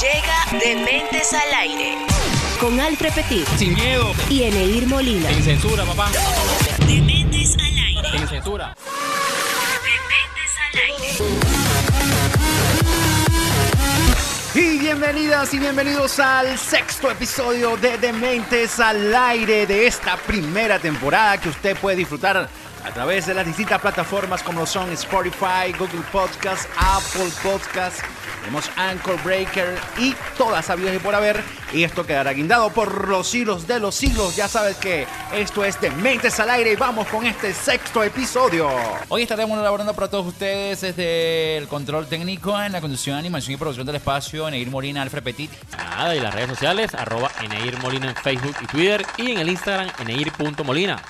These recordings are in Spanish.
Llega Dementes al Aire. Con Alfred Petit Sin miedo, y Eneir Molina. sin censura, papá. Dementes al Aire. Sin censura. Dementes al Aire. Y bienvenidas y bienvenidos al sexto episodio de Dementes al Aire de esta primera temporada que usted puede disfrutar a través de las distintas plataformas como lo son Spotify, Google Podcast, Apple Podcast, tenemos Anchor Breaker y todas sabidas y por haber. Y esto quedará guindado por los siglos de los siglos. Ya sabes que esto es Dementes al Aire y vamos con este sexto episodio. Hoy estaremos elaborando para todos ustedes desde el control técnico en la conducción, animación y producción del espacio, Neir Molina, Alfred Petit. Nada, y las redes sociales, arroba Eneir Molina en Facebook y Twitter y en el Instagram Eneir.molina.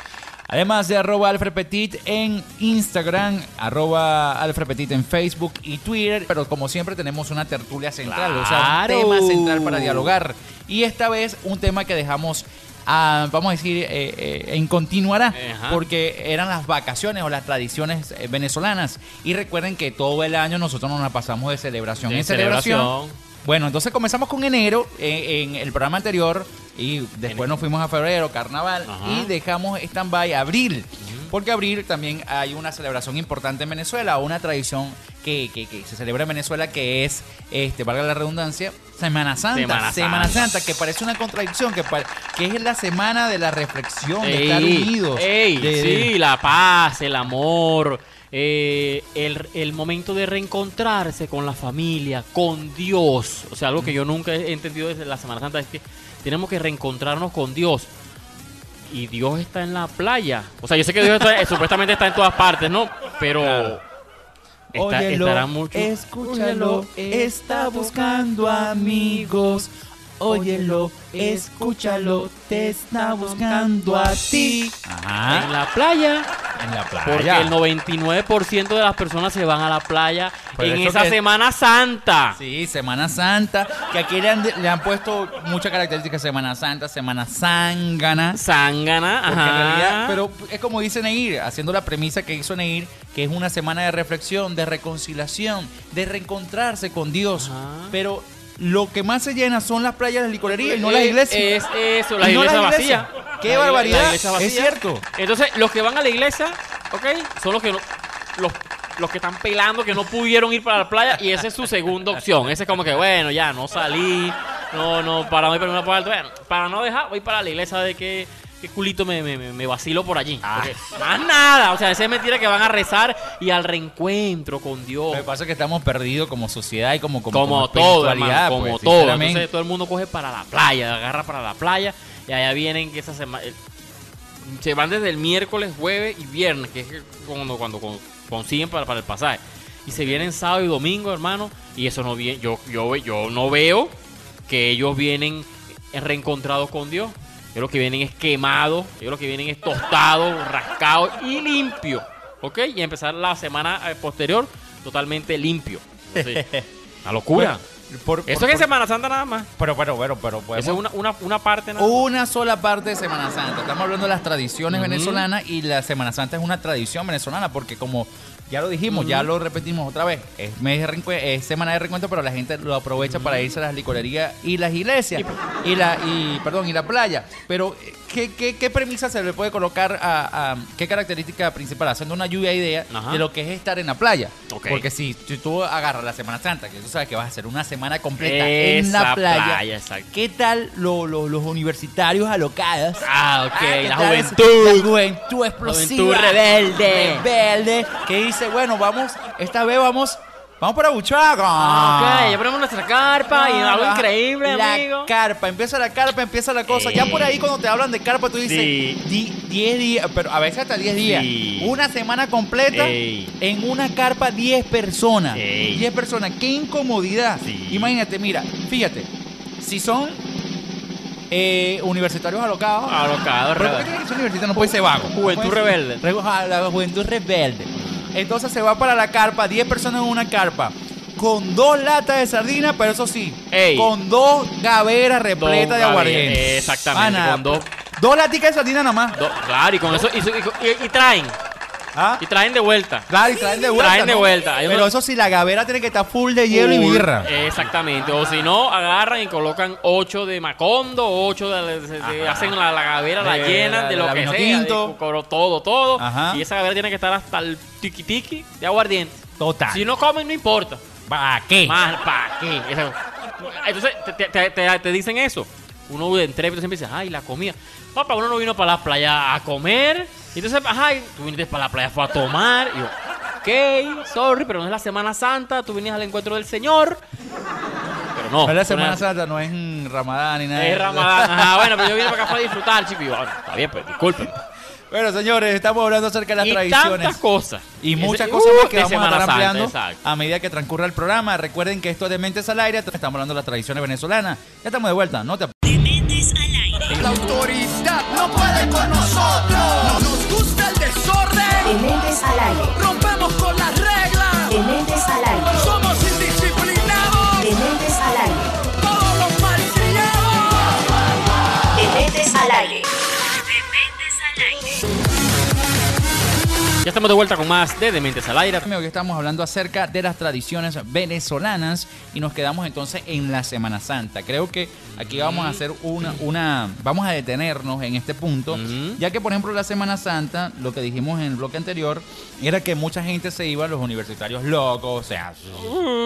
Además de arroba Alfred Petit en Instagram, arroba Alfred Petit en Facebook y Twitter. Pero como siempre tenemos una tertulia central, o sea, un ¡Claro! tema central para dialogar. Y esta vez un tema que dejamos, ah, vamos a decir, eh, eh, en continuará, Ajá. porque eran las vacaciones o las tradiciones eh, venezolanas. Y recuerden que todo el año nosotros nos la pasamos de celebración De en celebración. celebración. Bueno, entonces comenzamos con enero eh, en, el programa anterior y después Enero. nos fuimos a febrero, carnaval Ajá. y dejamos stand-by abril. Porque abril también hay una celebración importante en Venezuela, una tradición que, que- que se celebra en Venezuela que es, este, valga la redundancia, Semana Santa. Semana Santa. Santa, que parece una contradicción, que, pa- que es la semana de la reflexión, de estar Ey, unidos. ey, de- de- sí, la paz, el amor, eh, el, el momento de reencontrarse con la familia, con Dios. O sea, algo que Mm. yo nunca he entendido desde la Semana Santa es que tenemos que reencontrarnos con Dios. Y Dios está en la playa. O sea, yo sé que Dios está- supuestamente está en todas partes, ¿no? Pero está- Óyelo, estará mucho. Escúchalo, está buscando amigos. Óyelo, escúchalo, te está buscando a ti. En Ajá. la playa. Ah. En la playa. Porque el 99% de las personas se van a la playa Pero en eso esa que- Semana Santa. Sí, Semana Santa. Que aquí le han, le han puesto muchas características. Semana Santa, Semana Sangana. Sangana, Porque en realidad- ajá. pero es como dice Neir, haciendo la premisa que hizo Neir, que es una semana de reflexión, de reconciliación, de reencontrarse con Dios. Ajá. Pero lo que más se llena son las playas, las licorerías y no las iglesias. Eh, Es eso, la Y no iglesia las iglesias. vacía. ¡Qué La igle- barbaridad! la iglesia Es cierto. Entonces, los que van a la iglesia, ¿ok? Son los que no- los, los que están pelando que no pudieron ir para la playa y esa es su segunda opción. Ese es como que, bueno, ya no salí, no, no, para no ir para una parte. Bueno, para no dejar, voy para la iglesia de que. qué culito me, me, me- me vacilo por allí. Ah. Porque Más nada. O sea, esa es mentira que van a rezar y al reencuentro con Dios. Lo que pasa es que estamos perdidos como sociedad y como como, como, todo, espiritualidad, hermano, pues, como todo. sinceramente. Entonces todo el mundo coge para la playa, agarra para la playa y allá vienen que esa semana se van desde el miércoles, jueves y viernes, que es cuando cuando, con- consiguen para, para el pasaje. Y se vienen sábado y domingo, hermano, y eso no viene yo yo ve- yo no veo que ellos vienen reencontrados con Dios. Ellos lo que vienen es quemados, ellos lo que vienen es tostados, rascados y limpio. ¿Ok? Y empezar la semana eh, posterior totalmente limpio. Entonces, una locura. Por- Eso por- es en por- Semana Santa nada más. Pero, pero, pero, pero, podemos- Uh. Eso es una, una, una parte nada más. Una sola parte de Semana Santa. Estamos hablando de las tradiciones venezolanas y la Semana Santa es una tradición venezolana porque como ya lo dijimos, ya lo repetimos otra vez, es, mes de reencue- es semana de reencuentro, pero la gente lo aprovecha para irse a las licorerías y las iglesias y la y perdón y la playa. Pero ¿qué, qué, qué premisa se le puede colocar a, a- qué característica principal haciendo una lluvia de ideas Ajá. de lo que es estar en la playa? Ok. Porque si tú, tú agarras la Semana Santa, que tú sabes que vas a hacer una semana completa en Esa la playa, playa, exacto. ¿Qué tal lo- lo- los universitarios alocados? Ah, ok, ¿qué la tal eso? juventud. La juventud explosiva. Juventud rebelde. Rebelde. Que dice, bueno, vamos, esta vez vamos, vamos para Buchaga. Ah, ok, ya ponemos nuestra carpa y algo Ah, increíble, la amigo. carpa, empieza la carpa, empieza la cosa. Ya por ahí cuando te hablan de carpa, tú dices Eh, Sí. 10 días, pero a veces hasta 10 días. Sí. Una semana completa Ey. en una carpa 10 personas. Ey. 10 personas, qué incomodidad. Sí. Imagínate, mira, fíjate, si son eh, universitarios alocados, Alocado, pero ¿por qué rebelde. tiene que ser universitario? No puede ser vago. No Juventud puede ser- rebelde. Re- ajá, La juventud rebelde. Entonces se va para la carpa, 10 personas en una carpa. Con dos latas de sardina, pero eso sí, Ey. con dos gaveras repletas de gaveras, aguardiente. exactamente, Pana, con dos- Dos laticas de sardina nada más. Do- claro, y con eso. Y, su- y, con- y- y traen. ¿Ah? Y traen de vuelta. Claro, y traen de vuelta. Traen de ¿no? vuelta. Hay Pero unos- eso sí, la gavera tiene que estar full de hielo y Full. birra. Exactamente. O si no, agarran y colocan 8 de Macondo, 8 de, de- de- hacen la, la gavera, la De- llenan de- de de lo la que vino sea, tinto. de cocoro, todo, todo. Ajá. Y esa gavera tiene que estar hasta el tiqui tiqui de aguardiente. Total. Si no comen, no importa. ¿Para qué? Más, ¿para qué? Esa- Entonces, te, te- te- te dicen eso. Uno en tres siempre dice, ay, la comida. Papá, uno no vino para la playa a comer. Y entonces, ay, tú viniste para la playa fue a tomar. Y yo, ok, sorry, pero no es la Semana Santa. Tú viniste al encuentro del Señor. Pero no. No es la no Semana es- Santa, no es mm, Ramadán ni nada. Es Ramadán. Ajá, bueno, pero yo vine para acá para disfrutar, chico. Y yo, "Ah, está bien, pues, disculpen. Bueno, señores, estamos hablando acerca de las Y tradiciones. tantas cosas. Y Ese- muchas cosas uh, más que de vamos a Semana estar Santa, ampliando exacto. a medida que transcurra el programa. Recuerden que esto es de Mentes al Aire. Estamos hablando de las tradiciones venezolanas. Ya estamos de vuelta. No te De Mentes al aire. La autoridad no puede con nosotros. No nos gusta el desorden. Mentes al aire. Rompemos con las reglas. Mentes al aire. Somos indisciplinados. Mentes al aire. Todos los malcriados. Mentes al aire. Mentes al aire. Ya estamos de vuelta con más de Dementes al Aire. Hoy estamos hablando acerca de las tradiciones venezolanas y nos quedamos entonces en la Semana Santa. Creo que aquí vamos a hacer una, una vamos a detenernos en este punto, Ujú. ya que por ejemplo la Semana Santa, lo que dijimos en el bloque anterior, era que mucha gente se iba a los universitarios locos, o sea,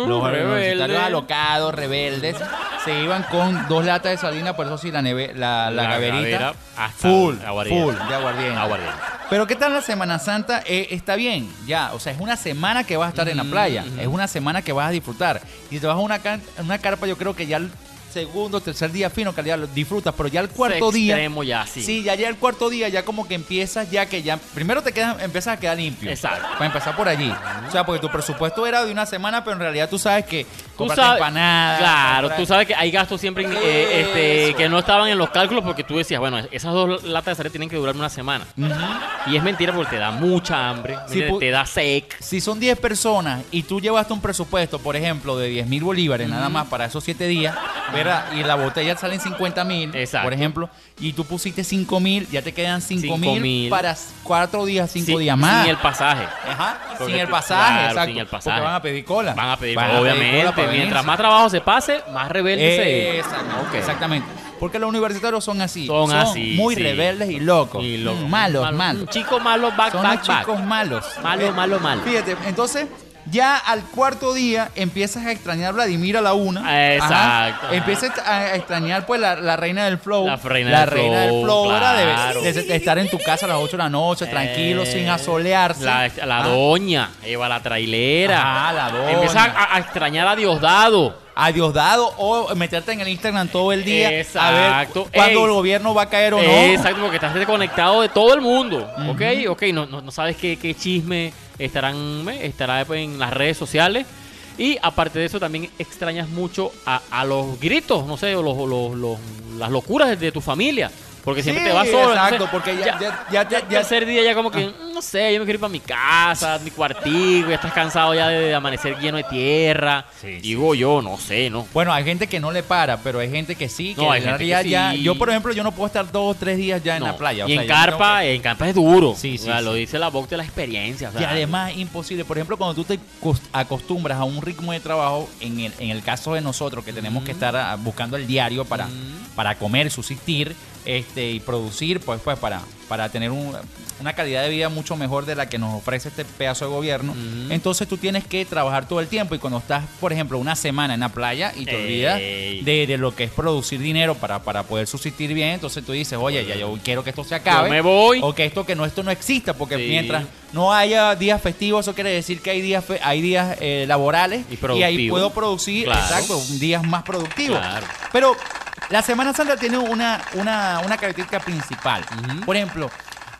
los rebelde. universitarios alocados, rebeldes, se iban con dos latas de salina, por eso sí la neve, la, la La gaverita gavera hasta full, la guarida. full de aguardiente. Aguardiente. Pero ¿qué tal la Semana Santa? Eh, está bien, ya. O sea, es una semana que vas a estar en la Mm, playa. Es una semana que vas a disfrutar. Y te vas a una, can- una carpa, yo creo que ya el segundo, tercer día fino, que ya lo disfrutas. Pero ya el cuarto Ese día... extremo ya, sí. ya, ya el cuarto día ya como que empiezas ya que ya... Primero te quedas, empiezas a quedar limpio. Exacto. Para empezar por allí. O sea, porque tu presupuesto era de una semana, pero en realidad tú sabes que... Tú comprarte sabes, empanadas, claro, comprar- tú sabes que hay gastos siempre en- eh, este, que no estaban en los cálculos porque tú decías, bueno, esas dos latas de sal tienen que durar una semana. Y es mentira porque te da mucha hambre, Sí, te- pu- te da sec. Si son 10 personas y tú llevaste un presupuesto, por ejemplo, de 10 mil bolívares nada más para esos 7 días, ¿verdad? Y la botella sale en 50 mil, Exacto. por ejemplo, y tú pusiste 5 mil, ya te quedan 5 $5,000. mil para 4 días, 5 Sin- días más. Sin el pasaje. Ajá, Porque sin el tú- pasaje, claro, exacto. sin el pasaje. Porque van a pedir cola. Van a pedir, cola obviamente. para mientras venirse. más trabajo se pase, más rebelde se Eh, exacto, Ok. Exactamente. Porque los universitarios son así. Son así, Muy sí. rebeldes y locos. Y loco. Mm, Malos, malos. Un chico malo, back, Son back, los back. chicos Eh, malos. Malo, malo, malo. Fíjate, entonces ya al cuarto día empiezas a extrañar a Vladimir a la una. Exacto. Ajá. Empiezas a extrañar pues la, la reina del flow. La reina del reina del flow, flow. ¿verdad? claro. De, de- de estar en tu casa a las 8 de la noche, tranquilo, Eh, sin asolearse. La, la Ajá. doña, Eva la trailera. Ajá, la doña. Empieza a, a extrañar a Diosdado. Ah, A Diosdado o meterte en el Instagram todo el día. A Exacto. ver cuándo Ey. el gobierno va a caer o no. Exacto, porque estás desconectado de todo el mundo. Ok, ok, no, no, no sabes qué, qué chisme estarán, eh, estará pues, en las redes sociales. Y aparte de eso, también extrañas mucho a, a los gritos, no sé, o los, los- los- las locuras de, de tu familia. Porque siempre Sí, te vas solo. exacto, entonces, porque ya- ya- ya te- el ya- Ah. tercer día ya como que, no sé, yo me quiero ir para mi casa, mi cuartico, ya estás cansado ya de, de amanecer lleno de tierra. Sí, sí, Digo yo, no sé, no. Bueno, hay gente que no le para, pero hay gente que sí, que No, hay en la gente que realidad ya. sí. Yo, por ejemplo, yo no puedo estar dos o tres días ya en No, la playa. o Y sea, en yo no tengo carpa, que- en carpa es duro. Sí, sí, O sea, sí. Lo dice la voz de la experiencia. o sea, Y además es imposible. Por ejemplo, cuando tú te cos- acostumbras a un ritmo de trabajo, en el, en el caso de nosotros que tenemos que estar ah, buscando el diario para, para comer, subsistir este, y producir, pues, pues para, para tener un- una calidad de vida mucho mejor de la que nos ofrece este pedazo de gobierno. Entonces tú tienes que trabajar todo el tiempo y cuando estás, por ejemplo, una semana en la playa y te olvidas Ey. de, de lo que es producir dinero para, para poder subsistir bien, entonces tú dices, oye, ya yo quiero que esto se acabe. me voy. O que esto, que no, esto no exista, porque Sí. mientras no haya días festivos, eso quiere decir que hay días fe- hay días eh, laborales Y y, ahí productivo. puedo producir Claro. exacto, días más productivos. Claro. Pero la Semana Santa tiene una, una, una característica principal. Por ejemplo,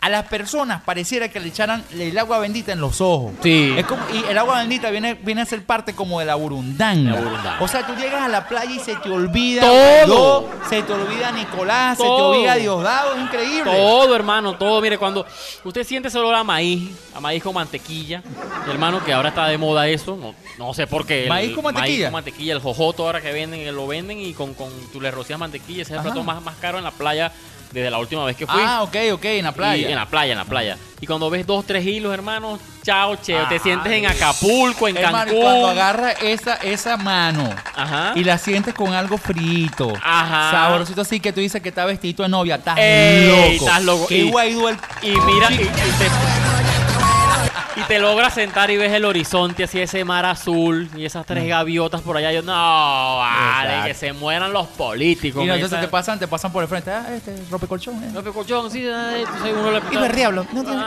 a las personas pareciera que le echaran el agua bendita en los ojos. Sí. Es como- y el agua bendita viene, viene a ser parte como de la burundanga. La burundanga. O sea, tú llegas a la playa y se te olvida Todo. Guaidó, se te olvida Nicolás, Todo. se te olvida Diosdado, es increíble. Todo, hermano, todo. Mire, cuando usted siente ese olor a maíz, a maíz con mantequilla, hermano, que ahora está de moda eso, no, no sé por qué. el ¿Maíz con mantequilla? con mantequilla, el jojoto ahora que venden, eh, lo venden y con, con tú le rocías mantequilla, ese es el Ajá. plato más, más caro en la playa desde la última vez que fui. Ah, ok, ok, en la playa. Y en la playa, en la playa. Y cuando ves dos, tres hilos, hermano, chao, che. te sientes en Acapulco, en Ah. Hermano, y Cancún. cuando agarra esa, esa mano Ajá. y la sientes con algo frito, Ajá. sabrosito así que tú dices que está vestido de novia, estás Ey, loco. estás loco. Qué Y- guay duel- Y mira, y, y te, y te logras sentar y ves el horizonte, así ese mar azul y esas tres gaviotas por allá. Yo, no, vale, Mm. Exacto. que se mueran los políticos. Y no, me entonces esa- te pasan, te pasan por el frente. Ah, este ropecolchón. Eh. López Colchón, sí, ay, tú sabes, uno le diablo.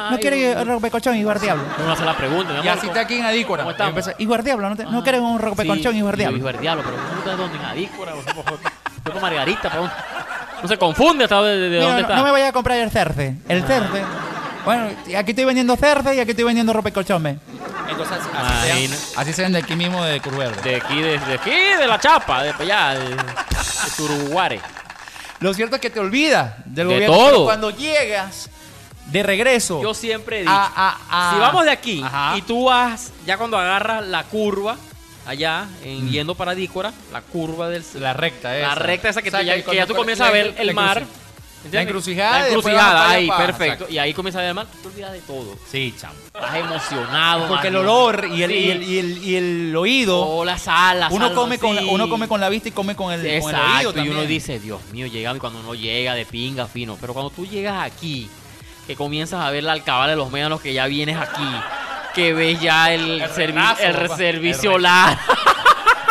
Ay, quieres ropecolchón, hijo del diablo. Uno hace la pregunta, mi Y amor, así está aquí en Adícora. ¿Cómo estamos? Empieza, Hijo del diablo, no, te- no Ajá. quieres un ropecolchón, Sí, hijo del yo, diablo. Hijo del diablo, pero ¿tú estás dónde? En Adícora, por favor. Yo con Margarita, por favor. No se confunde hasta de, de- de Mira, dónde no, está. Ah. no me vayas a comprar el cerce. El cerce. Bueno, y aquí estoy vendiendo cerce y aquí estoy vendiendo ropecolchón, ve. Entonces, así sean- así sean de aquí mismo de Curverde. De aquí, de, de aquí, de la chapa, de para allá, de, de Turuguare. Lo cierto es que te olvidas del De gobierno. todo. pero cuando llegas de regreso Yo siempre he dicho. a, a- a- Si vamos de aquí Ah, Ajá. y tú vas, ya cuando agarras la curva, allá, en, yendo para Dícora, la curva del. La recta Mm. esa. la recta esa que, O sea, tú ya, que cuando- ya tú cuando- comienzas a la- ver el la mar. encruci- ¿entiendes? La La encrucijada y después vas encrucijada, para ahí, allá para- perfecto. exacto. Y ahí comienzas a ver el mar. Tú te olvidas de todo. Sí, chamo. Estás emocionado. Porque el mano. olor y el, Sí. y el, y el, y el oído. O las alas. Uno algo come, con la, así. uno come con la vista y come con el, con el oído. Exacto, y uno también. dice, Dios mío, llega y cuando no llega de pinga fino. Pero cuando tú llegas aquí, que comienzas a ver la alcabala de los médanos que ya vienes aquí, que ves ya el, El servi- retraso, el papá. servicio El re- olar,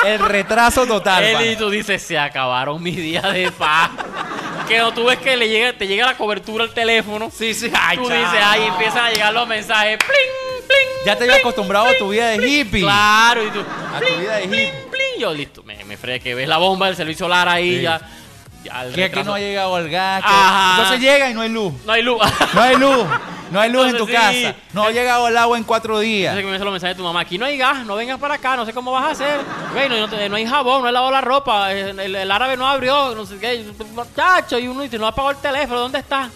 El retraso total. pana. y tú dices, se acabaron mis días de paz. que no tú ves que le llega, te llega la cobertura al teléfono, Sí, sí. Ay, tú chamo. dices, ay, empiezan a llegar los mensajes, pling, pling. Ya te había acostumbrado a tu vida de hippie. Claro, y tú. A tu vida de plin, hippie. plin. Yo listo, me, me fregué, que ves la bomba del servicio solar ahí Sí. ya. ya el Que aquí retraso- no ha llegado el gas. que- Ajá. Entonces llega y no hay luz. no hay luz. No hay luz. No hay luz en tu Entonces, casa. sí. No ha llegado el agua en cuatro Entonces días. comienzan los mensajes de tu mamá, aquí no hay gas, no vengas para acá, no sé cómo vas a hacer. Güey, no, no te- no hay jabón, no he lavado la ropa, el, el- el árabe no abrió, no sé qué. Muchacho, y uno dice, no apagó el teléfono, ¿dónde está?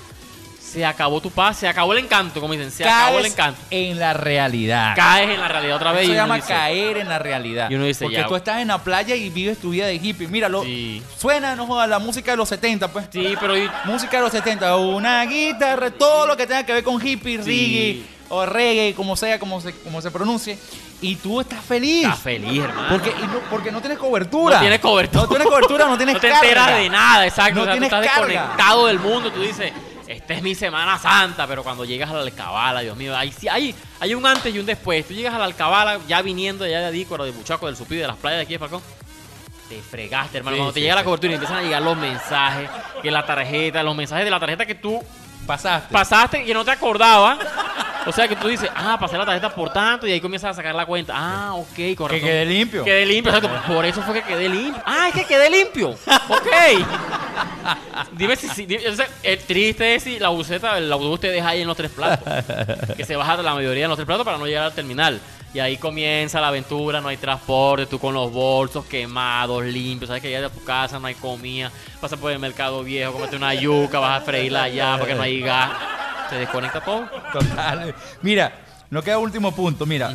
Se acabó tu paz, se acabó el encanto, como dicen, se acabó el Caes encanto. En la realidad. Caes en la realidad otra vez. Eso y se uno llama dice, caer en la realidad. Y uno dice, Porque ya. tú estás en la playa y vives tu vida de hippie. Míralo. Sí. Suena, no jodas, la música de los 70, pues. Sí, pero y- Música de los 70. Una guitarra, todo lo que tenga que ver con hippie, Sí. reggae o reggae, como sea, como se, como se pronuncie. Y tú estás feliz. estás feliz, hermano. Porque, y no, porque no tienes cobertura. No tienes cobertura. No tienes cobertura, no tienes no te carga. enteras de nada, exacto. No o sea, tú tienes estás carga. desconectado del mundo. Tú dices, esta es mi Semana Santa, pero cuando llegas a la Alcabala, Dios mío, ahí sí, hay, hay un antes y un después. Tú llegas a la Alcabala, ya viniendo allá de Adícora, de Buchaco, del Supi, de las playas de aquí de Falcón. Te fregaste, hermano. Sí, cuando te sí, llega la sí. cobertura y empiezan a llegar los mensajes, que la tarjeta, los mensajes de la tarjeta que tú Pasaste. pasaste y que no te acordabas. O sea que tú dices, ah, pasé la tarjeta por tanto y ahí comienzas a sacar la cuenta. Ah, ok, que correcto. quede limpio. Quedé limpio, exacto. Por eso fue que quedé limpio. Ah, es que quedé limpio. Ok. Dime si, si- dime- o sea, el triste es si la buceta, el autobús te deja ahí en los tres platos. Que se baja la mayoría en los tres platos para no llegar al terminal. Y ahí comienza la aventura, no hay transporte, tú con los bolsos quemados, limpios, sabes que llegas a tu casa, no hay comida, pasas por el mercado viejo, comete una yuca, vas a freírla allá porque no hay gas. Se desconecta todo. Total. Mira, nos queda último punto. Mira,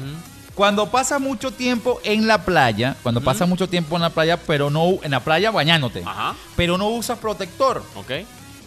cuando pasa mucho tiempo en la playa, cuando pasa mucho tiempo en la playa, pero no en la playa bañándote, Ajá. pero no usas protector ¿Ok?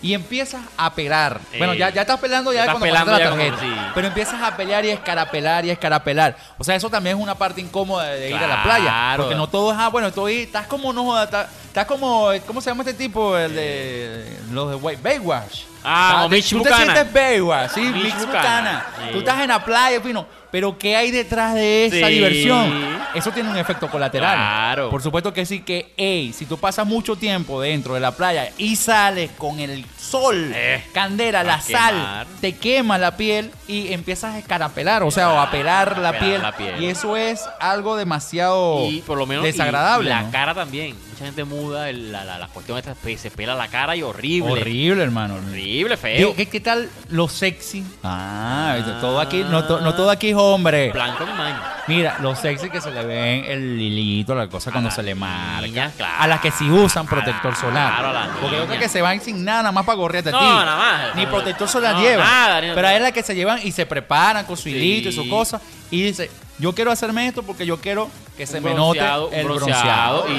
y empiezas a pelar. bueno, Ey. ya, ya estás pelando ya, Eh, Estás cuando pasaste pelando la ya tarjeta. cuando- sí. Pero empiezas a pelear y escarapelar y escarapelar. O sea, eso también es una parte incómoda de, de ir a la playa. Claro. Porque no todo es, ah, bueno, estoy, estás como, no joda, estás, estás como, ¿cómo se llama este tipo? El de, los de Bay- Baywatch. Ah, o te- Mitch Tú te Buchanan. sientes Baywatch, sí, Mitch Mitch Buchanan. Buchanan. Tú Sí. estás en la playa, Pino. Pero ¿qué hay detrás de esa Sí. diversión? Eso tiene un efecto colateral. Claro. Por supuesto que sí, que, ey, si tú pasas mucho tiempo dentro de la playa y sales con el sol, Eh, candela, la a quemar. sal, te quema la piel y empiezas a escarapelar, o sea, o a pelar la, pelar piel, la piel. Y eso es algo demasiado y por lo menos y- Oh, desagradable. y la ¿no? cara también mucha gente muda el- la, la, la cuestión esta pe- se pela la cara y horrible Horrible, hermano. horrible feo Digo, ¿Qué, qué tal lo sexy? Ah, ¿viste? todo aquí, no, to- no todo aquí es hombre. blanco mi maña Mira, lo sexy que se le ven el hilito, la cosa cuando las se le marca. niñas, claro. A las que sí usan protector Claro, solar. a las Porque hay otras que niñas. se van sin nada, nada más para gorrearte a No, ti. nada más. Ni protector solar No, llevan. nada, ni- pero hay las que se llevan y se preparan con su Sí. hilito y su cosa. Y dice, yo quiero hacerme esto porque yo quiero que se Un me note bronceado, un el bronceado. Y, y,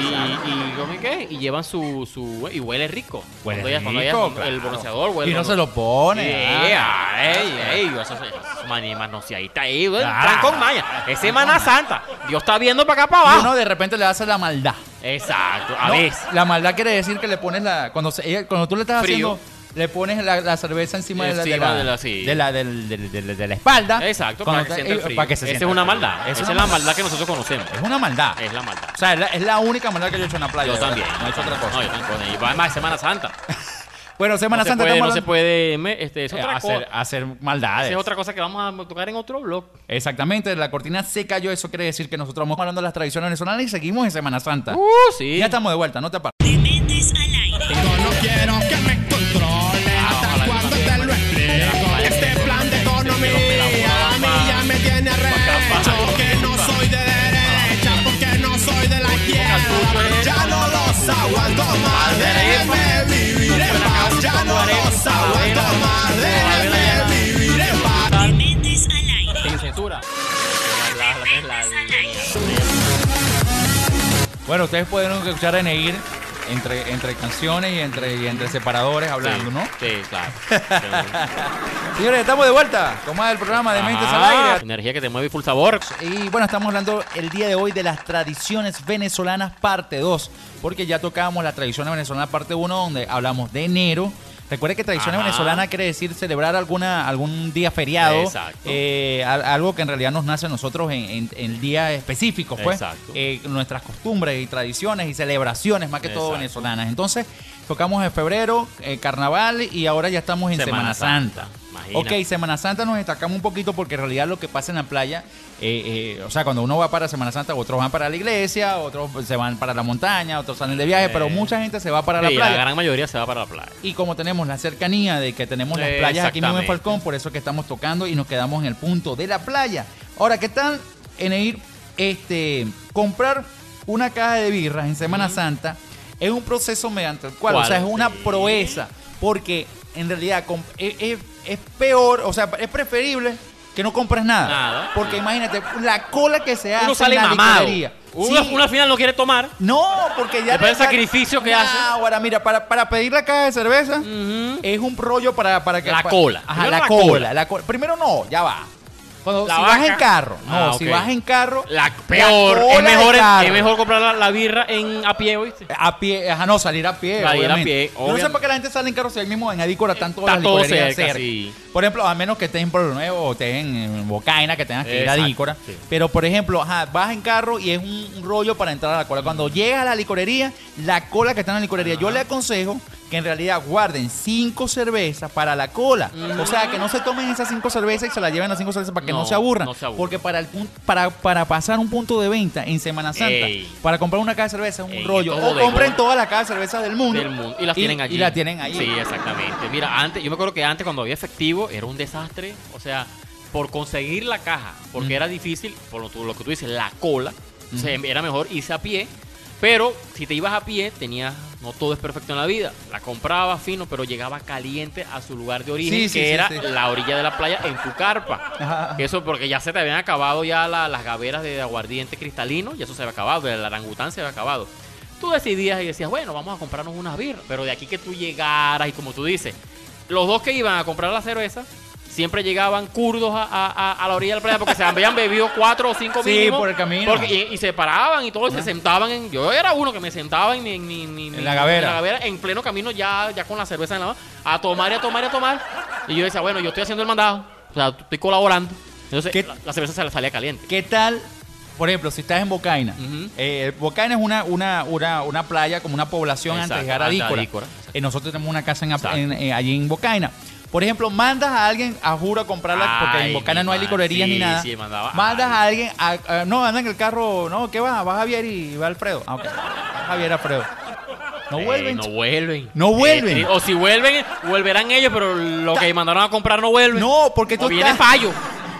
y ¿cómo es que? Y llevan su, su. Y huele rico. Huele cuando ellas- cuando rico, ellas- El claro. bronceador huele Y no rico. se lo pone. ah. Yeah, ey, ey, eso- eso- eso, man, y manoseadita ahí, güey, Claro. están con maña. Es Semana Santa. Dios está viendo para acá para Y abajo. uno de repente le hace la maldad. Exacto, Ah. a No, veces. La maldad quiere decir que le pones la. Cuando, se- ella- cuando tú le estás Frío. haciendo. Le pones la, la cerveza encima, de la- Encima de la, de la- sí. de la- del- del- del- de la espalda. Exacto, para Cuando que te- sienta el eh, frío. para que se Esa sienta es una el frío. maldad. Esa Esa es la maldad que nosotros conocemos. Es una maldad. Es la maldad. O sea, es la, es la única maldad que yo he hecho en la playa. Yo de verdad. también. No he hecho otra cosa. No, yo tampoco. Y además, Semana Santa. Bueno, Semana no se Santa puede, no estamos se hablando- puede. me- este, es eh, otra hacer, cosa. hacer Esa maldades. es otra cosa que vamos a tocar en otro blog. Exactamente, la cortina se cayó. Eso quiere decir que nosotros vamos hablando de las tradiciones venezolanas y seguimos en Semana Santa. Uh, sí. Ya estamos de vuelta, no te apartes. Dementes al aire. Yo no quiero que me controle hasta cuando te lo explico. Este plan de economía a mí ya me tiene recho. Que no soy de derecha porque no soy de la izquierda. Ya no los aguanto más, déjenme vivir en paz. Ya no los aguanto más, déjenme vivir en paz. Dementes al aire. Sin censura. La- la- la- la- Dementes al aire. Bueno, ustedes pueden escuchar a Neir entre, entre canciones y entre, y entre separadores hablando, ¿no? Sí, claro. Señores, estamos de vuelta. ¿Cómo es el programa de Mentes al Ah, Aire? Energía que te mueve y full sabor. Y bueno, estamos hablando el día de hoy de las tradiciones venezolanas parte 2, porque ya tocábamos las tradiciones venezolanas parte 1, donde hablamos de enero. Recuerde que tradiciones Ajá. venezolanas quiere decir celebrar alguna algún día feriado, Exacto. eh, al- algo que en realidad nos nace a nosotros en, en- en días específicos, pues. Exacto. Eh, nuestras costumbres y tradiciones y celebraciones, más que todo Exacto. venezolanas. Entonces, tocamos en febrero, eh, carnaval, y ahora ya estamos en Semana, Semana Santa. Santa. Imagina. Ok, Semana Santa nos destacamos un poquito porque en realidad lo que pasa en la playa, eh, eh, o sea, cuando uno va para Semana Santa, otros van para la iglesia, otros se van para la montaña, otros salen de viaje, pero Eh. mucha gente se va para la Sí, playa. la gran mayoría se va para la playa. Y como tenemos la cercanía de que tenemos las Eh, playas aquí mismo en exactamente. Falcón, por eso es que estamos tocando y nos quedamos en el punto de la playa. Ahora, ¿qué tal en ir este, comprar una caja de birras en Semana Santa? Es un proceso mediante el cual, o ¿Cuál? sea, es una Sí. proeza, porque en realidad com- es, es- es peor, o sea, es preferible que no compres nada. Nada. Porque imagínate, la cola que se hace Uno sale en la mamado. licorería. Uno, Sí. uno al final no quiere tomar. No, porque ya. Después del ya- sacrificio que Nah, hace. Ahora, mira, para, para pedir la caja de cerveza es un rollo para, para que. La pa- cola. Ajá, Primero la, la cola. cola. la cola. Primero no, ya va. Cuando, La si vas vaca. en carro. No, Ah, si ok. vas en carro. La peor. cola es, mejor, de carro. es mejor comprar la, la birra en a pie, ¿oíste? A pie, ajá, no, salir a pie. Salir a obviamente. pie, Yo No sé obviamente. Eh, por qué la gente sale en carro si ahí mismo en Adícora tanto Está las todo licorerías cerca, sí. Por ejemplo, a menos que estés en Pueblo Nuevo o estés en, en Bocaina, que tengas que ir a Exacto, Adícora. sí. Pero, por ejemplo, ajá, vas en carro y es un un rollo para entrar a la cola. Mm. Cuando llegas a la licorería, la cola que está en la licorería, yo le aconsejo que en realidad guarden cinco cervezas para la cola. O sea, que no se tomen esas cinco cervezas y se las lleven las cinco cervezas para que Mm. no, No, se aburran. no se aburran. Porque para, el, pun- para, para pasar un punto de venta en Semana Santa, Ey. para comprar una caja de cerveza es un Ey, rollo. todo O bodegón. compren todas las cajas de cerveza del mundo. Del mundo. Y las tienen allí. Y la tienen allí. Sí, exactamente. Mira, antes, yo me acuerdo que antes cuando había efectivo era un desastre. O sea, por conseguir la caja, porque Mm. era difícil, por lo, tu- lo que tú dices, la cola. o sea, era mejor irse a pie. Pero si te ibas a pie, tenías. No todo es perfecto en la vida. La comprabas fino, pero llegaba caliente a su lugar de origen, Sí, sí, que sí, era sí. la orilla de la playa en tu Ajá, carpa. ajá. Eso porque ya se te habían acabado ya la- las gaveras de aguardiente cristalino, ya eso se había acabado, el orangután se había acabado. Tú decidías y decías, bueno, vamos a comprarnos unas birras, pero de aquí que tú llegaras y como tú dices, los dos que iban a comprar la cerveza siempre llegaban curdos a, a- a- a la orilla de la playa porque se habían bebido cuatro o cinco Sí, mínimo, por el camino. porque- y, y se paraban y todos se sentaban en, yo era uno que me sentaba en, mi- en mi- mi- mi- la gavera. en la gavera, en pleno camino ya, ya con la cerveza en la mano, a tomar y a tomar y a tomar. Y yo decía, bueno, yo estoy haciendo el mandado, o sea, estoy colaborando. Entonces ¿Qué- la, la cerveza se le salía caliente. ¿Qué tal? Por ejemplo, si estás en Bocaina. Ujú. eh, Bocaina es una, una, una, una playa, como una población antes de Exacto, llegar a antes de Dícora. Adícora, exacto. Eh, nosotros tenemos una casa en, Ap- Exacto. en, eh, allí en Bocaina. Por ejemplo, mandas a alguien a juro a comprarla, porque Ay, en Bocaina mi no hay madre, licorerías ni sí, nada. sí, mandaba- mandas ay. a alguien a, a- No, anda en el carro. No, ¿qué va? Va Javier y va Alfredo. Ah, ok. Va Javier, Alfredo. No Eh, vuelven. no ch- vuelven. No vuelven. tri- o si vuelven, volverán ellos, pero lo que mandaron a comprar no vuelven. No, porque tú o viene estás- fallo.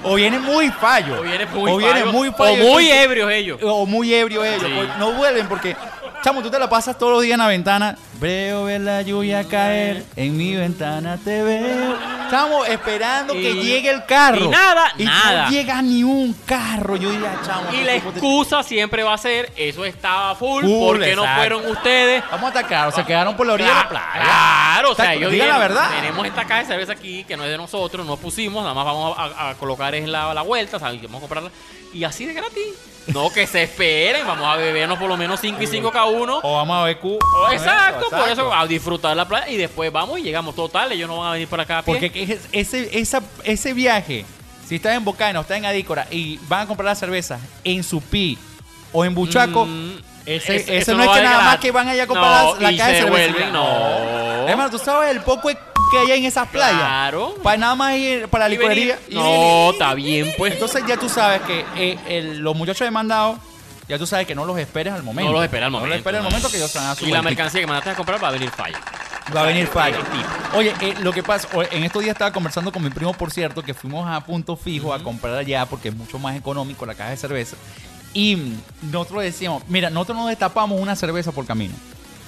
O viene muy fallo. O viene muy O viene fallo, muy fallo. O muy Entonces- ebrios ellos. o muy ebrio ellos. Sí. pues, No vuelven porque Chamo, tú te la pasas todos los días en la ventana. Breo ver la lluvia caer. En mi ventana te veo. Chamo, esperando que Y- llegue el carro. y nada, Y nada. no llega ni un carro. Yo diría, chamo. Y qué la tipo de- excusa siempre va a ser, eso estaba full, Full, porque no exacto. fueron ustedes. Vamos a atacar. O sea, quedaron por la orilla de la playa. Claro, o sea, Exacto, yo diga dije, la verdad. Tenemos esta caja de cerveza aquí que no es de nosotros, no pusimos, nada más vamos a, a- a colocar es la, la vuelta, o sea, vamos a comprarla. Y así de gratis. No, que se esperen, vamos a bebernos por lo menos 5 y 5 cada uno. O vamos a ver cu- Exacto, por eso a disfrutar la playa y después vamos y llegamos. Total, ellos no van a venir para acá. a pie. Porque que es- ese, esa- ese viaje, si estás en Bocana o estás en Adícora y van a comprar las cervezas en Supí o en Buchaco, Mm, ese, eso- ese eso no, es va que nada gratis. más que van allá a comprar No, las- la, y caja se de cerveza. devuelven, no. Hermano, tú sabes el poco de c- que hay en esas playas. Claro. Para nada más ir para la Y venir- licorería. y No, está bien, pues. Entonces ya tú sabes que eh, el- los muchachos de mandado, ya tú sabes que no los esperes al momento. No los espera al No momento. los esperes al momento que ellos se van a su Y la vueltica. mercancía que mandaste a comprar va a venir falla. Va a venir falla. el tipo. Oye, eh, lo que pasa, o- en estos días estaba conversando con mi primo, por cierto, que fuimos a Punto Fijo a comprar allá porque es mucho más económico la caja de cerveza. Y mm, nosotros decíamos, mira, nosotros no destapamos una cerveza por camino.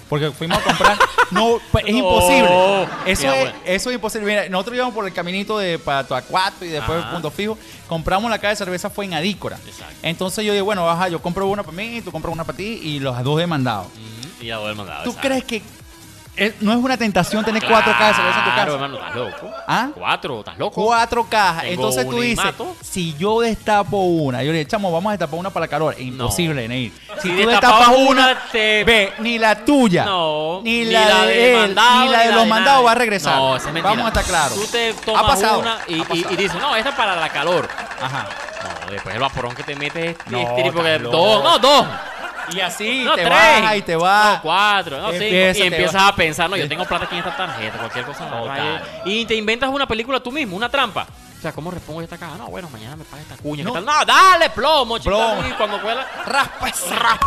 Porque fuimos a comprar. no, pues, es No. imposible. Eso, Mira, es, Oh, bueno. eso es imposible. Mira, nosotros íbamos por el caminito de Patuacuato y después Ajá. Punto Fijo. Compramos la caja de cerveza, fue en Adícora. Exacto. Entonces yo dije, bueno, baja, yo compro una para mí, tú compras una para ti y los dos demandados. Y ya voy al mandado. ¿Tú exacto. crees que eh, no es una tentación tener cuatro cajas de cerveza en tu Claro, casa? hermano, estás loco. ¿Ah? Cuatro, estás loco. Cuatro cajas. Tengo Entonces tú una y dices, mato. si yo destapo una, yo le digo, chamo, vamos a destapar una para calor. Imposible, Neil. Si destapas una, te- ve, ni la tuya, No, ni, la, de él, mandado, ni la de los nadie. mandados va a regresar. No, esa es mentira. Vamos a estar claros. Tú te tomas ha pasado. una y, ha y- pasado. y dices, no, esta es para la calor. Ajá. No, después el vaporón que te metes es No, típico que estás loco. dos, no, dos. Y así No, te tres. vas y te vas. No, cuatro, no, cinco. Empieza, y te empiezas va. a pensar, no, yo tengo plata aquí en esta tarjeta, cualquier cosa. no, Total. y te inventas una película tú mismo, una trampa. O sea, ¿cómo respondo yo esta caja? No, bueno, mañana me paga esta cuña. No. ¿qué tal? No, dale, plomo, chico. Plomo. Y cuando cuela, Raspa esa.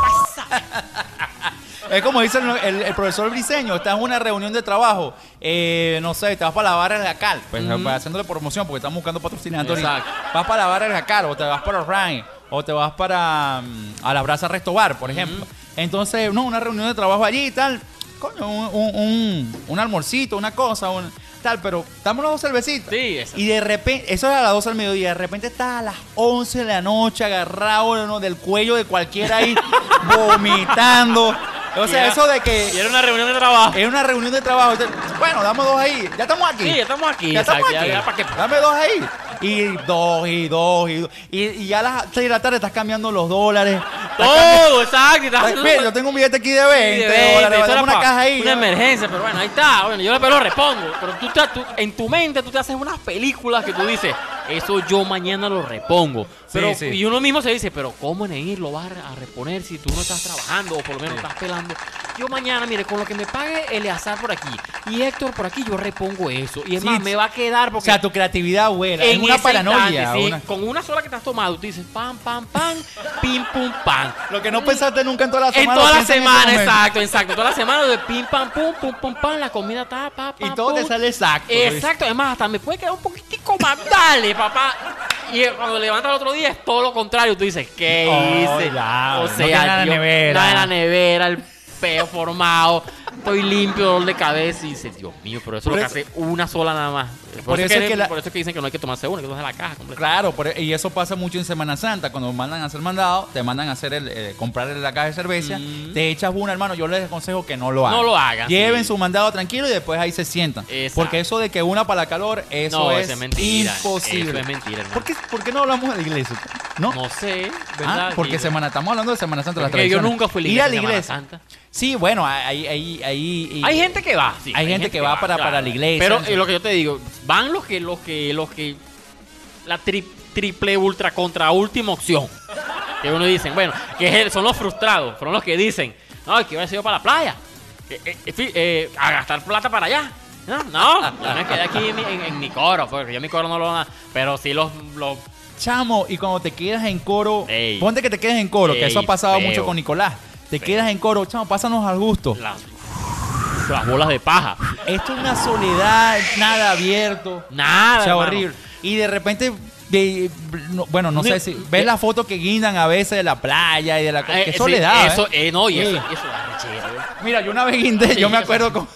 Es como dice el, el- el profesor Briseño, estás en una reunión de trabajo, eh, no sé, te vas para la barra del jacal, pues para- haciéndole promoción porque estamos buscando patrocinantes ahorita. Exacto. Vas para la barra del jacal o te vas para Ryan o te vas para mm, a la brasa Restobar, por ejemplo. Entonces, no, una reunión de trabajo allí y tal, coño, un, un, un- un almorcito, una cosa, un- tal, pero damos las dos cervecitas. Sí, exacto. Y de repente, eso es a las 12 del mediodía, de repente estás a las 11 de la noche agarrado ¿no? del cuello de cualquiera ahí, vomitando. O sea, Y era- eso de y que era una reunión de trabajo. es una reunión de trabajo. entonces, Bueno, damos dos ahí, ya estamos aquí. Sí, ya estamos aquí. Ya estamos exacto, aquí. ya- ya, ¿para qué? Dame dos ahí. Y dos, y dos, y dos. Y, y ya a las 6 de la tarde estás cambiando los dólares. Todo, exacto. y estás Estás- haciendo Mira, una- yo tengo un billete aquí de Sí, 20, de veinte, dólares, eso dame era una pa- caja ahí. Una emergencia, pero bueno, ahí está. Bueno, yo lo repongo. Pero tú, te- tú- en tu mente tú te haces unas películas que tú dices, eso yo mañana lo repongo. Pero, sí. Y uno mismo se dice, pero ¿cómo en ir lo vas a reponer si tú no estás trabajando o por lo menos estás pelando? Yo mañana, mire, con lo que me pague Eleazar por aquí y Héctor por aquí, yo repongo eso. Y es Sí, más, sí. me va a quedar O porque... sea, tu creatividad vuela. En es una ese paranoia. instante, sí, una- Con una sola que te has tomado, tú dices pam, pam, pam, pim, pum, pam. Lo que no pensaste nunca en toda la En semana. toda lo la piensas en ese semana, momento. exacto, exacto. Toda la semana de pim, pam, pum, pum, pum, pam, la comida está, pa, Y pam, todo te pum. sale exacto. Exacto, además hasta me puede quedar un poquitico más, dale, papá. Y cuando levantas el otro día es todo lo contrario, tú dices, ¿qué Oh, hice? ya, o no sea, tiene nada en la yo- nevera. nada en la nevera, el peo formado, estoy limpio, dolor de cabeza y dices, Dios mío, pero eso Por es lo eso- que hace una sola nada más. Por, eso, es que la- por eso es que dicen que no hay que tomarse una, que tomarse la caja completa. Claro, por- e-, y eso pasa mucho en Semana Santa, cuando mandan a hacer mandado, te mandan a hacer el, eh, comprar la caja de cerveza, te echas una, hermano, yo les aconsejo que no lo hagan. Mm. No lo hagan, Lleven sí. su mandado tranquilo y después ahí se sientan. Exacto. Porque eso de que una para la calor, eso No, es eso es mentira, imposible. eso es mentira, hermano. ¿Por qué, por qué no hablamos de la iglesia? No, No sé, Ah, ¿verdad? porque Digo. semana, estamos hablando de Semana Santa. las Porque yo tradiciones. nunca fui a la Ir iglesia en Semana Santa. Sí, bueno, ahí... ahí, ahí y- Hay gente que va. sí, Hay gente que va para- para la iglesia. Pero eh, lo que yo te digo, van los que, los que, los que, la tri- triple ultra contra última opción. Que uno dicen, bueno, que es el- son los frustrados, son los que dicen, no, que voy a ser yo para la playa, eh, eh, en fin, eh, a gastar plata para allá. No, no, yo me quedé aquí en, mi- en- en mi coro, porque yo mi coro no lo van a, pero sí los, los Chamo, y cuando te quedas en coro, Ey. ponte que te quedes en coro, que eso ha Ey, pasado feo. mucho con Nicolás. Te Feo. quedas en coro, chamo, pásanos al gusto. las, las bolas de paja. Esto es una soledad, nada abierto. Nada. o sea, hermano. horrible. Y de repente de- no- bueno, no sé si. ¿Ves la foto que guindan a veces de la playa y de la. Eh, que sí, eso le da. ¿eh? Eso, eh, no, y eso, y eso da rechero. Mira, yo una vez guindé, Sí, yo me yo acuerdo con.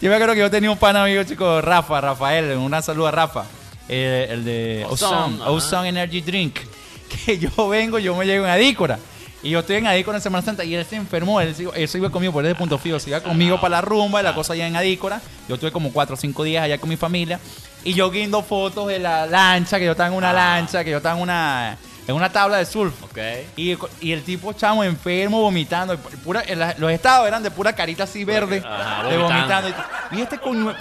Yo me acuerdo que yo tenía un pan amigo, chico, Rafa, Rafael, un saludo a Rafa. eh, el de Ozone, Ozone, ajá. Ozone Energy Drink. Que yo vengo, yo me llego en Adícora. Y yo estoy en Adícora en Semana Santa y él se enfermó, él, se iba- él se iba conmigo, por ese punto fijo, se iba conmigo para la rumba y la cosa allá en Adícora. Yo estuve como 4 o 5 días allá con mi familia. Y yo guindo fotos de la lancha, que yo estaba en Ah. una lancha, que yo estaba en una, en una tabla de surf. ¿eh? Ok. Y, el co- y el tipo chamo enfermo, vomitando. y pu- Pura, en la- los estados eran de pura carita así verde. Ajá, de vomitando. vomitando. Y este coño.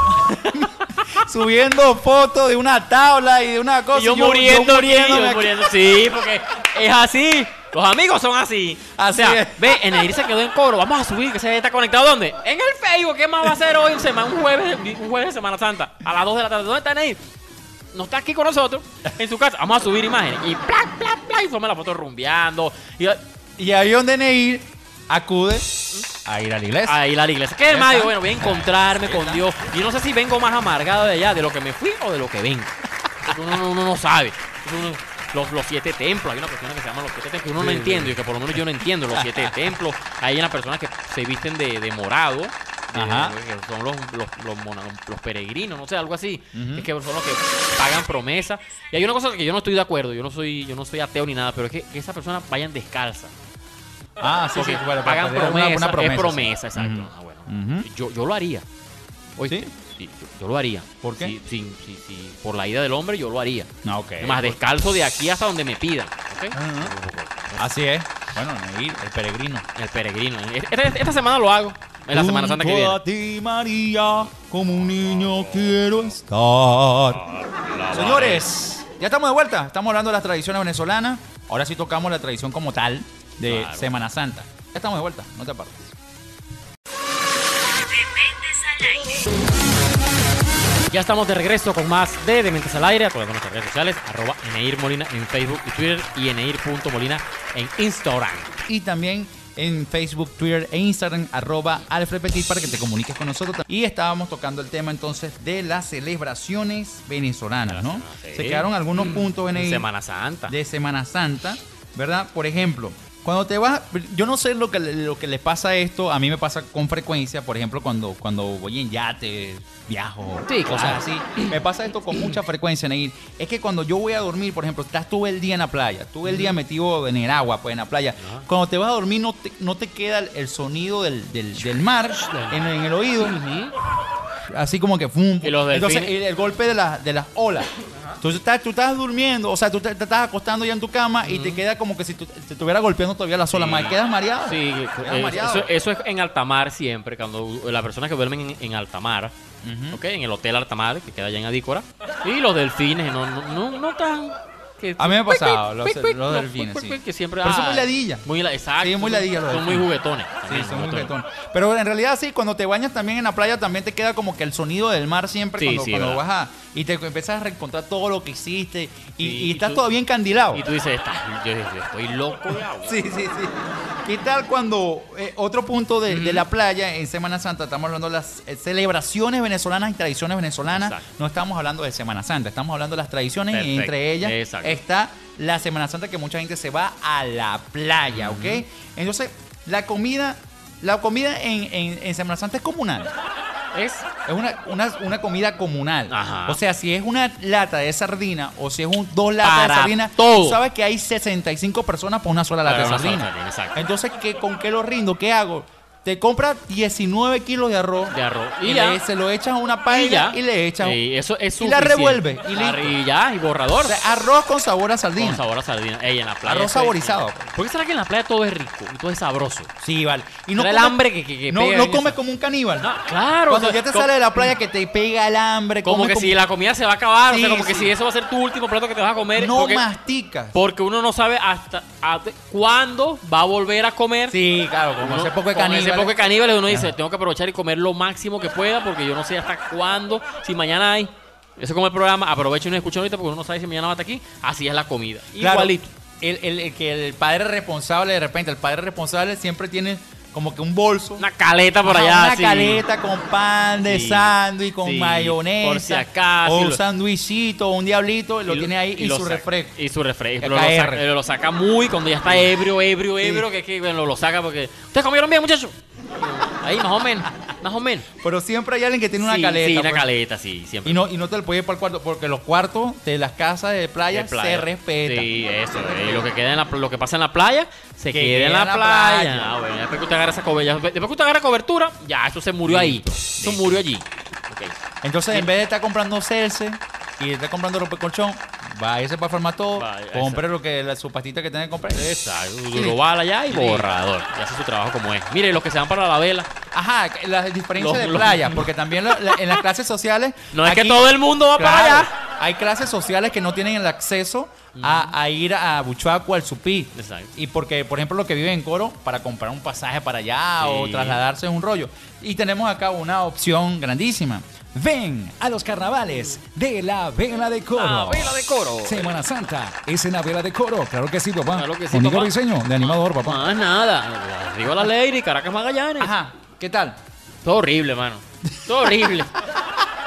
subiendo fotos de una tabla y de una cosa. Y yo, y yo- muriendo, yo muriendo, muriéndome aquí. muriendo. Sí, porque es así. Los amigos son así. Así o sea, es. ve, Eneir se quedó en cobro. Vamos a subir, que se está conectado. ¿Dónde? En el Facebook. ¿Qué más va a hacer hoy? Un, semana, un, jueves, un jueves de Semana Santa. A las 2 de la tarde. ¿Dónde está Eneir? No está aquí con nosotros, en su casa. Vamos a subir imágenes. Y bla, bla, bla. Y toma la foto rumbeando. Y Y ahí donde Neir acude a ir a la iglesia. ahí la iglesia. ¿Qué Ahí más? está. Yo, Bueno, voy a encontrarme con Dios. Y no sé si vengo más amargado de allá, de lo que me fui o de lo que vengo. Porque Uno, uno- uno no sabe. Uno- los, los siete templos, hay una cuestión que se llama los siete templos, que uno no entiende, y que por lo menos yo no entiendo los siete templos. Hay unas personas que se visten de, de morado. de- Ajá. que son los, los, los mona- los peregrinos, no sé, algo así. Es que son los que pagan promesa. Y hay una cosa que yo no estoy de acuerdo, yo no soy, yo no soy ateo ni nada, pero es que, que esas personas vayan descalzas. ah, sí, Porque sí. Bueno, para pagan poner promesa, una- una es promesa, sí. exacto. Ujú. Ah, bueno. Ujú. yo, yo lo haría. Oíste, ¿Sí? sí, yo, yo lo haría. ¿Por qué? Si- si- si- si por la ida del hombre, yo lo haría. No, Ah, ok. Además, descalzo de aquí hasta donde me pidan. ¿ok? Ah. Así es. Bueno, Neir, el peregrino. El peregrino. Esta, esta semana lo hago. En la Semana Santa que Junto viene. a ti, María, como un niño quiero estar. Señores, ya estamos de vuelta. Estamos hablando de las tradiciones venezolanas. Ahora sí tocamos la tradición como tal de Claro. Semana Santa. Ya estamos de vuelta, no te apartes. Ya estamos de regreso con más de Dementes al Aire. Acuérdate nuestras redes sociales. Arroba Eneir Molina en Facebook y Twitter. Y Eneir.molina en Instagram. Y también en Facebook, Twitter e Instagram, arroba Alfred Petit para que te comuniques con nosotros. Y estábamos tocando el tema entonces de las celebraciones venezolanas, ¿no? sí. Se quedaron algunos puntos en En el... Semana Santa. de Semana Santa, ¿verdad? Por ejemplo, cuando te vas, yo no sé lo que, lo que le pasa a esto, a mí me pasa con frecuencia, por ejemplo, cuando, cuando voy en yate, viajo, Sí, cosas claro. así, me pasa esto con mucha frecuencia, Neil. Es que cuando yo voy a dormir, por ejemplo, estás todo el día en la playa, todo el día metido en el agua, pues en la playa, cuando te vas a dormir no te, no te queda el, el sonido del, del- del mar en, en el oído, así como que fum. Y los delfines. Entonces, el, el golpe de, la- de las olas. Entonces estás- tú estás durmiendo, o sea, tú te, te estás acostando ya en tu cama y te queda como que si tú- te estuviera golpeando todavía las olas. Sí. más Quedas mareado. Sí, Quedas eh, mareado. eso, eso es en alta mar siempre, cuando las personas que duermen en, en alta mar, ¿ok? en el hotel alta mar, que queda allá en Adícora, y los delfines, no, no, no, no tan... que- A mí me ha ¡Cuic, pasado, cuic, los- cuic, cuic! los delfines, ¡cuic, sí. cuic! Que siempre, Pero son ah, muy ladillas. Muy, la- exacto. Sí, muy ladillas los Son muy delfines. juguetones. Sí, también, son muy juguetones. juguetones. Pero en realidad sí, cuando te bañas también en la playa también te queda como que el sonido del mar siempre Sí, cuando, sí, cuando verdad. vas a... Y te empiezas a reencontrar todo lo que hiciste y, Sí, y y estás tú- todavía encandilado. Y tú dices, "Estás- yo, yo estoy loco de agua". Sí, sí, sí. ¿Qué tal cuando eh, otro punto de, de la playa en Semana Santa? Estamos hablando de las eh, celebraciones venezolanas y tradiciones venezolanas. Exacto. No estamos hablando de Semana Santa, estamos hablando de las tradiciones y Perfecto. entre ellas Exacto. está la Semana Santa que mucha gente se va a la playa, ¿ok? Entonces, la comida, la comida en, en- en Semana Santa es comunal. Es Es una, una, una comida comunal. Ajá. O sea, si es una lata de sardina o si es un, dos latas Para de sardina, todo. tú sabes que hay 65 personas por una sola lata Para de una sola sardina. sardina, exacto. Entonces, ¿qué, ¿con qué lo rindo? ¿Qué hago? Te compras 19 kilos de arroz. de arroz. Y, Y, ya. le- se lo echas a una paella y, le echas. Y eso es y la suficiente. revuelve, y La- listo. Y ya, y borrador. o sea, arroz con sabor a sardina. Con sabor a sardina. Ey, en la playa. Arroz eso es- saborizado. ¿Por qué será que en la playa todo es rico y todo es sabroso? Sí, vale. Y Trae el comes- hambre que- que- que no, pega no en comes eso. como un caníbal. No, claro. Cuando o sea, ya te co- sale de la playa que te pega el hambre. Como comes que si la comida se va a acabar, o Sí, sea, como que sí. si eso va a ser tu último plato que te vas a comer. No porque, masticas. Porque uno no sabe hasta, hasta cuándo va a volver a comer. Sí, claro, como Uno- ese poco de con caníbal. ese poco de caníbales, uno dice, tengo que aprovechar y comer lo máximo que pueda porque yo no sé hasta cuándo, si mañana hay. Eso como el programa, aprovecho y no escucho ahorita porque uno no sabe si mañana va hasta aquí. Así es la comida. Claro, Igualito. El, el- el que el padre responsable, de repente, el padre responsable siempre tiene como que un bolso. Una caleta por Ajá, allá. Una así. caleta con pan de Sí. sándwich, con Sí. mayonesa. Por si acaso. O Y un lo- sandwichito, un diablito, lo, Y tiene ahí y, lo su saca- refresco. Y su refresco. Y Pero lo saca, eh, KR. lo saca muy cuando ya está ebrio, ebrio, ebrio, que es que bueno, lo saca porque. ¿Ustedes comieron bien, muchachos? Ahí, más o menos. Más o menos. Pero siempre hay alguien que tiene una Sí, caleta. Sí, una pues. caleta, sí, siempre. Y no, y no te lo puedes ir para el cuarto, porque los cuartos de las casas de playa, De playa. se respetan. Sí, eso. eh, lo, que queda en la, lo que pasa en la playa, se Que queda en la, queda en la playa. playa. Ah, bueno, después que usted agarra esa cobertura, después que usted agarra cobertura, ya, eso se murió ahí. Eso murió allí. Ok. Entonces, en vez de estar comprando celse y estar comprando ropa de colchón, váyase para Farmatodo, Vaya, compre lo que, la- su pastita que tiene que comprar. Exacto. Global allá y borrador. Y hace su trabajo como es. Mire, los que se van para la vela. Ajá, las diferencias Los- de los- playa, porque también la- la- en las clases sociales. No es que aquí- todo el mundo va Claro, para allá. Hay clases sociales que no tienen el acceso a, a ir a Buchuaco, al Supí. Exacto. Y porque, por ejemplo, los que viven en Coro, para comprar un pasaje para allá o Sí. trasladarse es un rollo. Y tenemos acá una opción grandísima. Ven a los carnavales de la Ah, Vela de Coro. La Ah, Vela de Coro. Semana Santa es en la Vela de Coro. Claro que sí, papá. Claro que sí, Con Igor papá. Briseño, de animador, papá. Más nada. Arriba la Lady, Caracas Magallanes. Ajá, ¿qué tal? Todo horrible, mano. Todo horrible.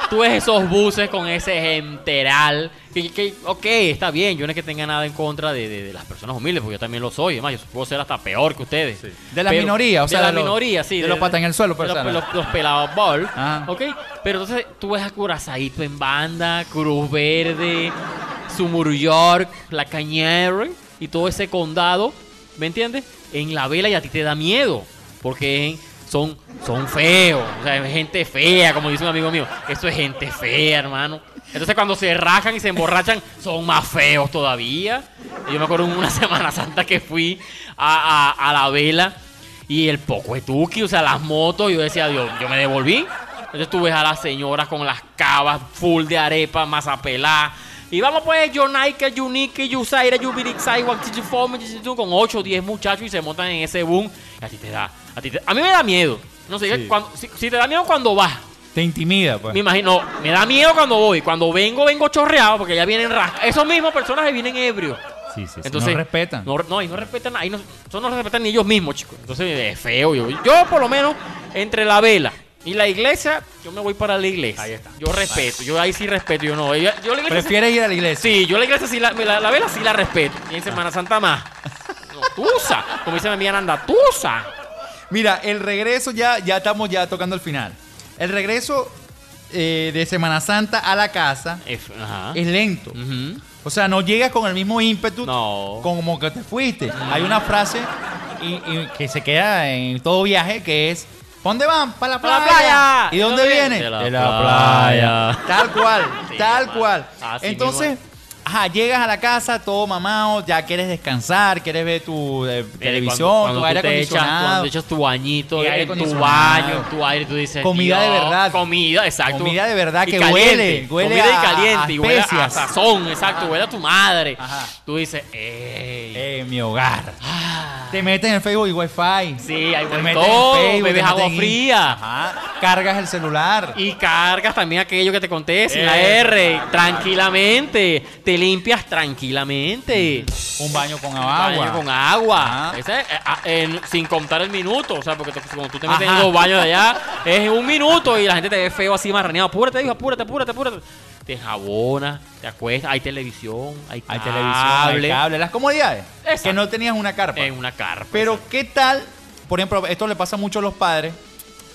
Tú ves esos buses con ese genteral. Que, que- ok, está bien. Yo no es que tenga nada en contra de, de- de las personas humildes, porque yo también lo soy. Además, yo puedo ser hasta peor que ustedes. De la Pero- minoría, o sea, De la de los- minoría, sí. de los patas en el suelo, pero, de o sea, los, los- los pelados ball. Ajá. Ok. Pero entonces tú ves a Curazadito en banda, Cruz Verde, Sumur York, La Cañera y todo ese condado, ¿me entiendes? En la vela y a ti te da miedo, porque son, son feos, o sea, es gente fea, como dice un amigo mío. Eso es gente fea, hermano. Entonces cuando se rajan y se emborrachan, son más feos todavía. Y Yo me acuerdo en una Semana Santa que fui a, a- a la vela y el poco de tuki, o sea, las motos, yo decía, Dios, yo me devolví. Entonces tú ves a las señoras con las cabas full de arepa, masa pelada. Y vamos pues, Yonaika, Yunike, Yusaira, Yubirixai, Wakchichifome, Chichichu, con 8 o 10 muchachos y se montan en ese boom. Y a ti te da, a ti te- a mí me da miedo. No sé, cuando- si, si te da miedo cuando vas, Te intimida, pues. me imagino, me da miedo cuando voy. Cuando vengo, vengo chorreado porque ya vienen rascados. Esos mismos personajes vienen ebrios. Sí, sí, sí. no respetan. No, no, y no respetan, ahí no, eso no respetan ni ellos mismos, chicos. Entonces es feo. Yo, yo, por lo menos, entre la vela y la iglesia, yo me voy para la iglesia. Ahí está. Yo respeto, yo ahí sí respeto, yo no. Yo, yo la iglesia Prefieres ir a la iglesia. Sí, yo la iglesia sí la, la, la vela sí la respeto. Y Ah. en Semana Santa más. No, tusa. Como dice mi amiga Nanda, tusa. Mira, el regreso ya, ya estamos ya tocando el final. El regreso eh, de Semana Santa a la casa F- Ajá. es lento. Ujú. O sea, no llegas con el mismo ímpetu No. como que te fuiste. Hay una frase y- y que se queda en todo viaje que es ¿pa' ¿Dónde van? Para la ¡Pa' la playa. playa! ¿Y dónde vienen? De la playa. Tal cual, Sí, tal hermano. cual. Así Entonces, mismo ajá, llegas a la casa todo mamado, ya quieres descansar, quieres ver tu eh, televisión, cuando tu tú aire te echas- acondicionado. cuando echas tu bañito, Y aire en tu acondicionado. baño, en tu aire, tú dices. Comida de "Dios, verdad". Comida, exacto. Comida de verdad Y que huele, huele comida a- y caliente, a y huele a especias. sazón, exacto. Huele a tu madre. Ajá. Tú dices, ¡ey! Eh, mi hogar. ah". Te metes en el Facebook y Wi-Fi. Sí, ahí Te huele metes en todo, Facebook, bebes te metes agua en- fría. Ajá. Cargas el celular. Y cargas también aquello que te conté sin la Eh, R, tranquilamente. Te limpias tranquilamente. Un baño con Baño agua. con agua. Ajá. Ese, eh, ah, en- sin contar el minuto. O sea, porque te- cuando tú te metes Ajá. en los baños de allá, es un minuto y la gente te ve feo así marraneado. Apúrate, hijo, apúrate, apúrate, apúrate. Te jabonas, te acuestas, hay televisión, hay Hay cable. televisión, hay cable. Las comodidades. Exacto. Que no tenías una carpa. En una carpa. Pero ¿qué tal? Por ejemplo, esto le pasa mucho a los padres,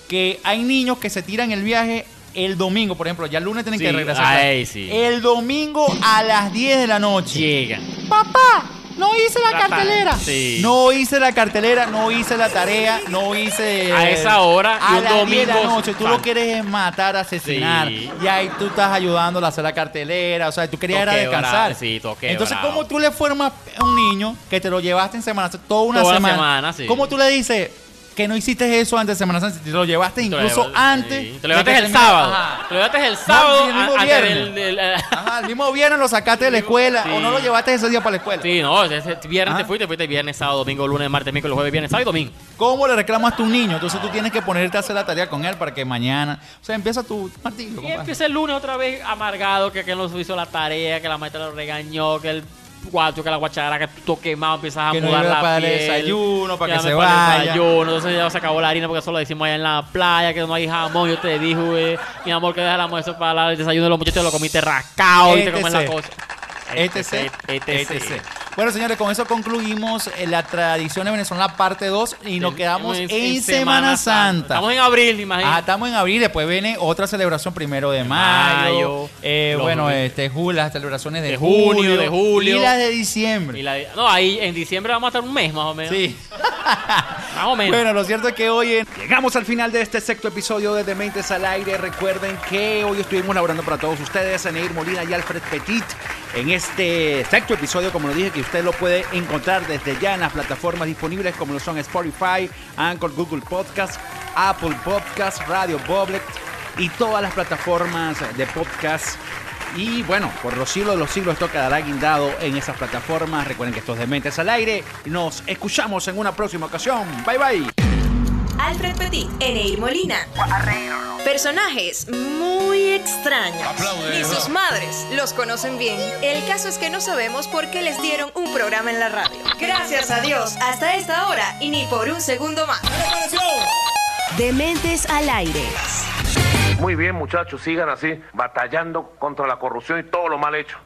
que hay niños que se tiran el viaje el domingo, por ejemplo, ya el lunes tienen Sí, que regresar. a ay, clase. sí. El domingo a las 10 de la noche. Llegan. Papá, no hice la Papá, cartelera. sí. No hice la cartelera, no hice la tarea, no hice. A esa hora y a un las 10 de la domingo noche. Tú fan- lo quieres es matar, asesinar. Sí. Y ahí tú estás ayudándolo a hacer la cartelera. O sea, tú querías era Toque bravo, descansar. sí, toque Entonces, bravo. ¿cómo tú le formas a un niño que te lo llevaste en Semana Santa toda una Toda la semana? semana, sí. ¿Cómo tú le dices? Que no hiciste eso antes de Semana Santa, te lo llevaste Te lo incluso llevas- antes. sí. Te lo de que levantas el termine- sábado. Ajá. Te lo levantas el sábado. el mismo a- antes viernes. del- del- Ajá, el mismo viernes lo sacaste de la escuela Sí. o no lo llevaste ese día para la escuela. Sí, no, ese viernes Ajá. te fuiste, fuiste viernes, sábado, domingo, lunes, martes, miércoles, jueves, viernes, sábado y domingo. ¿Cómo le reclamas a tu niño? Entonces tú tienes que ponerte a hacer la tarea con él para que mañana. O sea, empieza tu martillo. Y compadre. empieza el lunes otra vez amargado, que, que no hizo la tarea, que la maestra lo regañó, que el guacho, que la guachara, que tú todo quemado, empiezas a Que no mudar iba la para el piel. desayuno, para que no se iba para el vaya. desayuno, entonces ya se acabó la harina porque eso lo decimos allá en la playa, que no hay jamón, yo te dije, güey, mi amor, que deja el almuerzo para el desayuno de los muchachos, lo comiste rascado y te comes la ETC. cosa. etc, etc. etc. este Bueno, señores, con eso concluimos eh, la tradición de Venezuela parte 2 y nos quedamos en, Semana Santa. Estamos en abril, Ah, imagínate. estamos en abril, después viene otra celebración primero de mayo. mayo, eh, los- bueno, este, ju- las celebraciones de, de junio, de julio. Y las de diciembre. Y la- no, ahí en diciembre vamos a estar un mes más o menos. Sí. Más o menos. Bueno, lo cierto es que hoy en Llegamos al final de este sexto episodio de Dementes al Aire. Recuerden que hoy estuvimos laborando para todos ustedes, Aneir Molina y Alfred Petit, en este sexto episodio, como lo dije, que usted lo puede encontrar desde ya en las plataformas disponibles como lo son Spotify, Anchor, Google Podcast, Apple Podcast, Radio Boblet y todas las plataformas de podcast. Y bueno, por los siglos de los siglos esto quedará guindado en esas plataformas. Recuerden que esto es Dementes al Aire. Nos escuchamos en una próxima ocasión. Bye bye. Alfred Petit, Eneir Molina. Personajes muy extraños. Ni sus madres los conocen bien. El caso es que no sabemos por qué les dieron un programa en la radio. Gracias a Dios, hasta esta hora y ni por un segundo más. Dementes al aire. Muy bien, muchachos, sigan así, batallando contra la corrupción y todo lo mal hecho.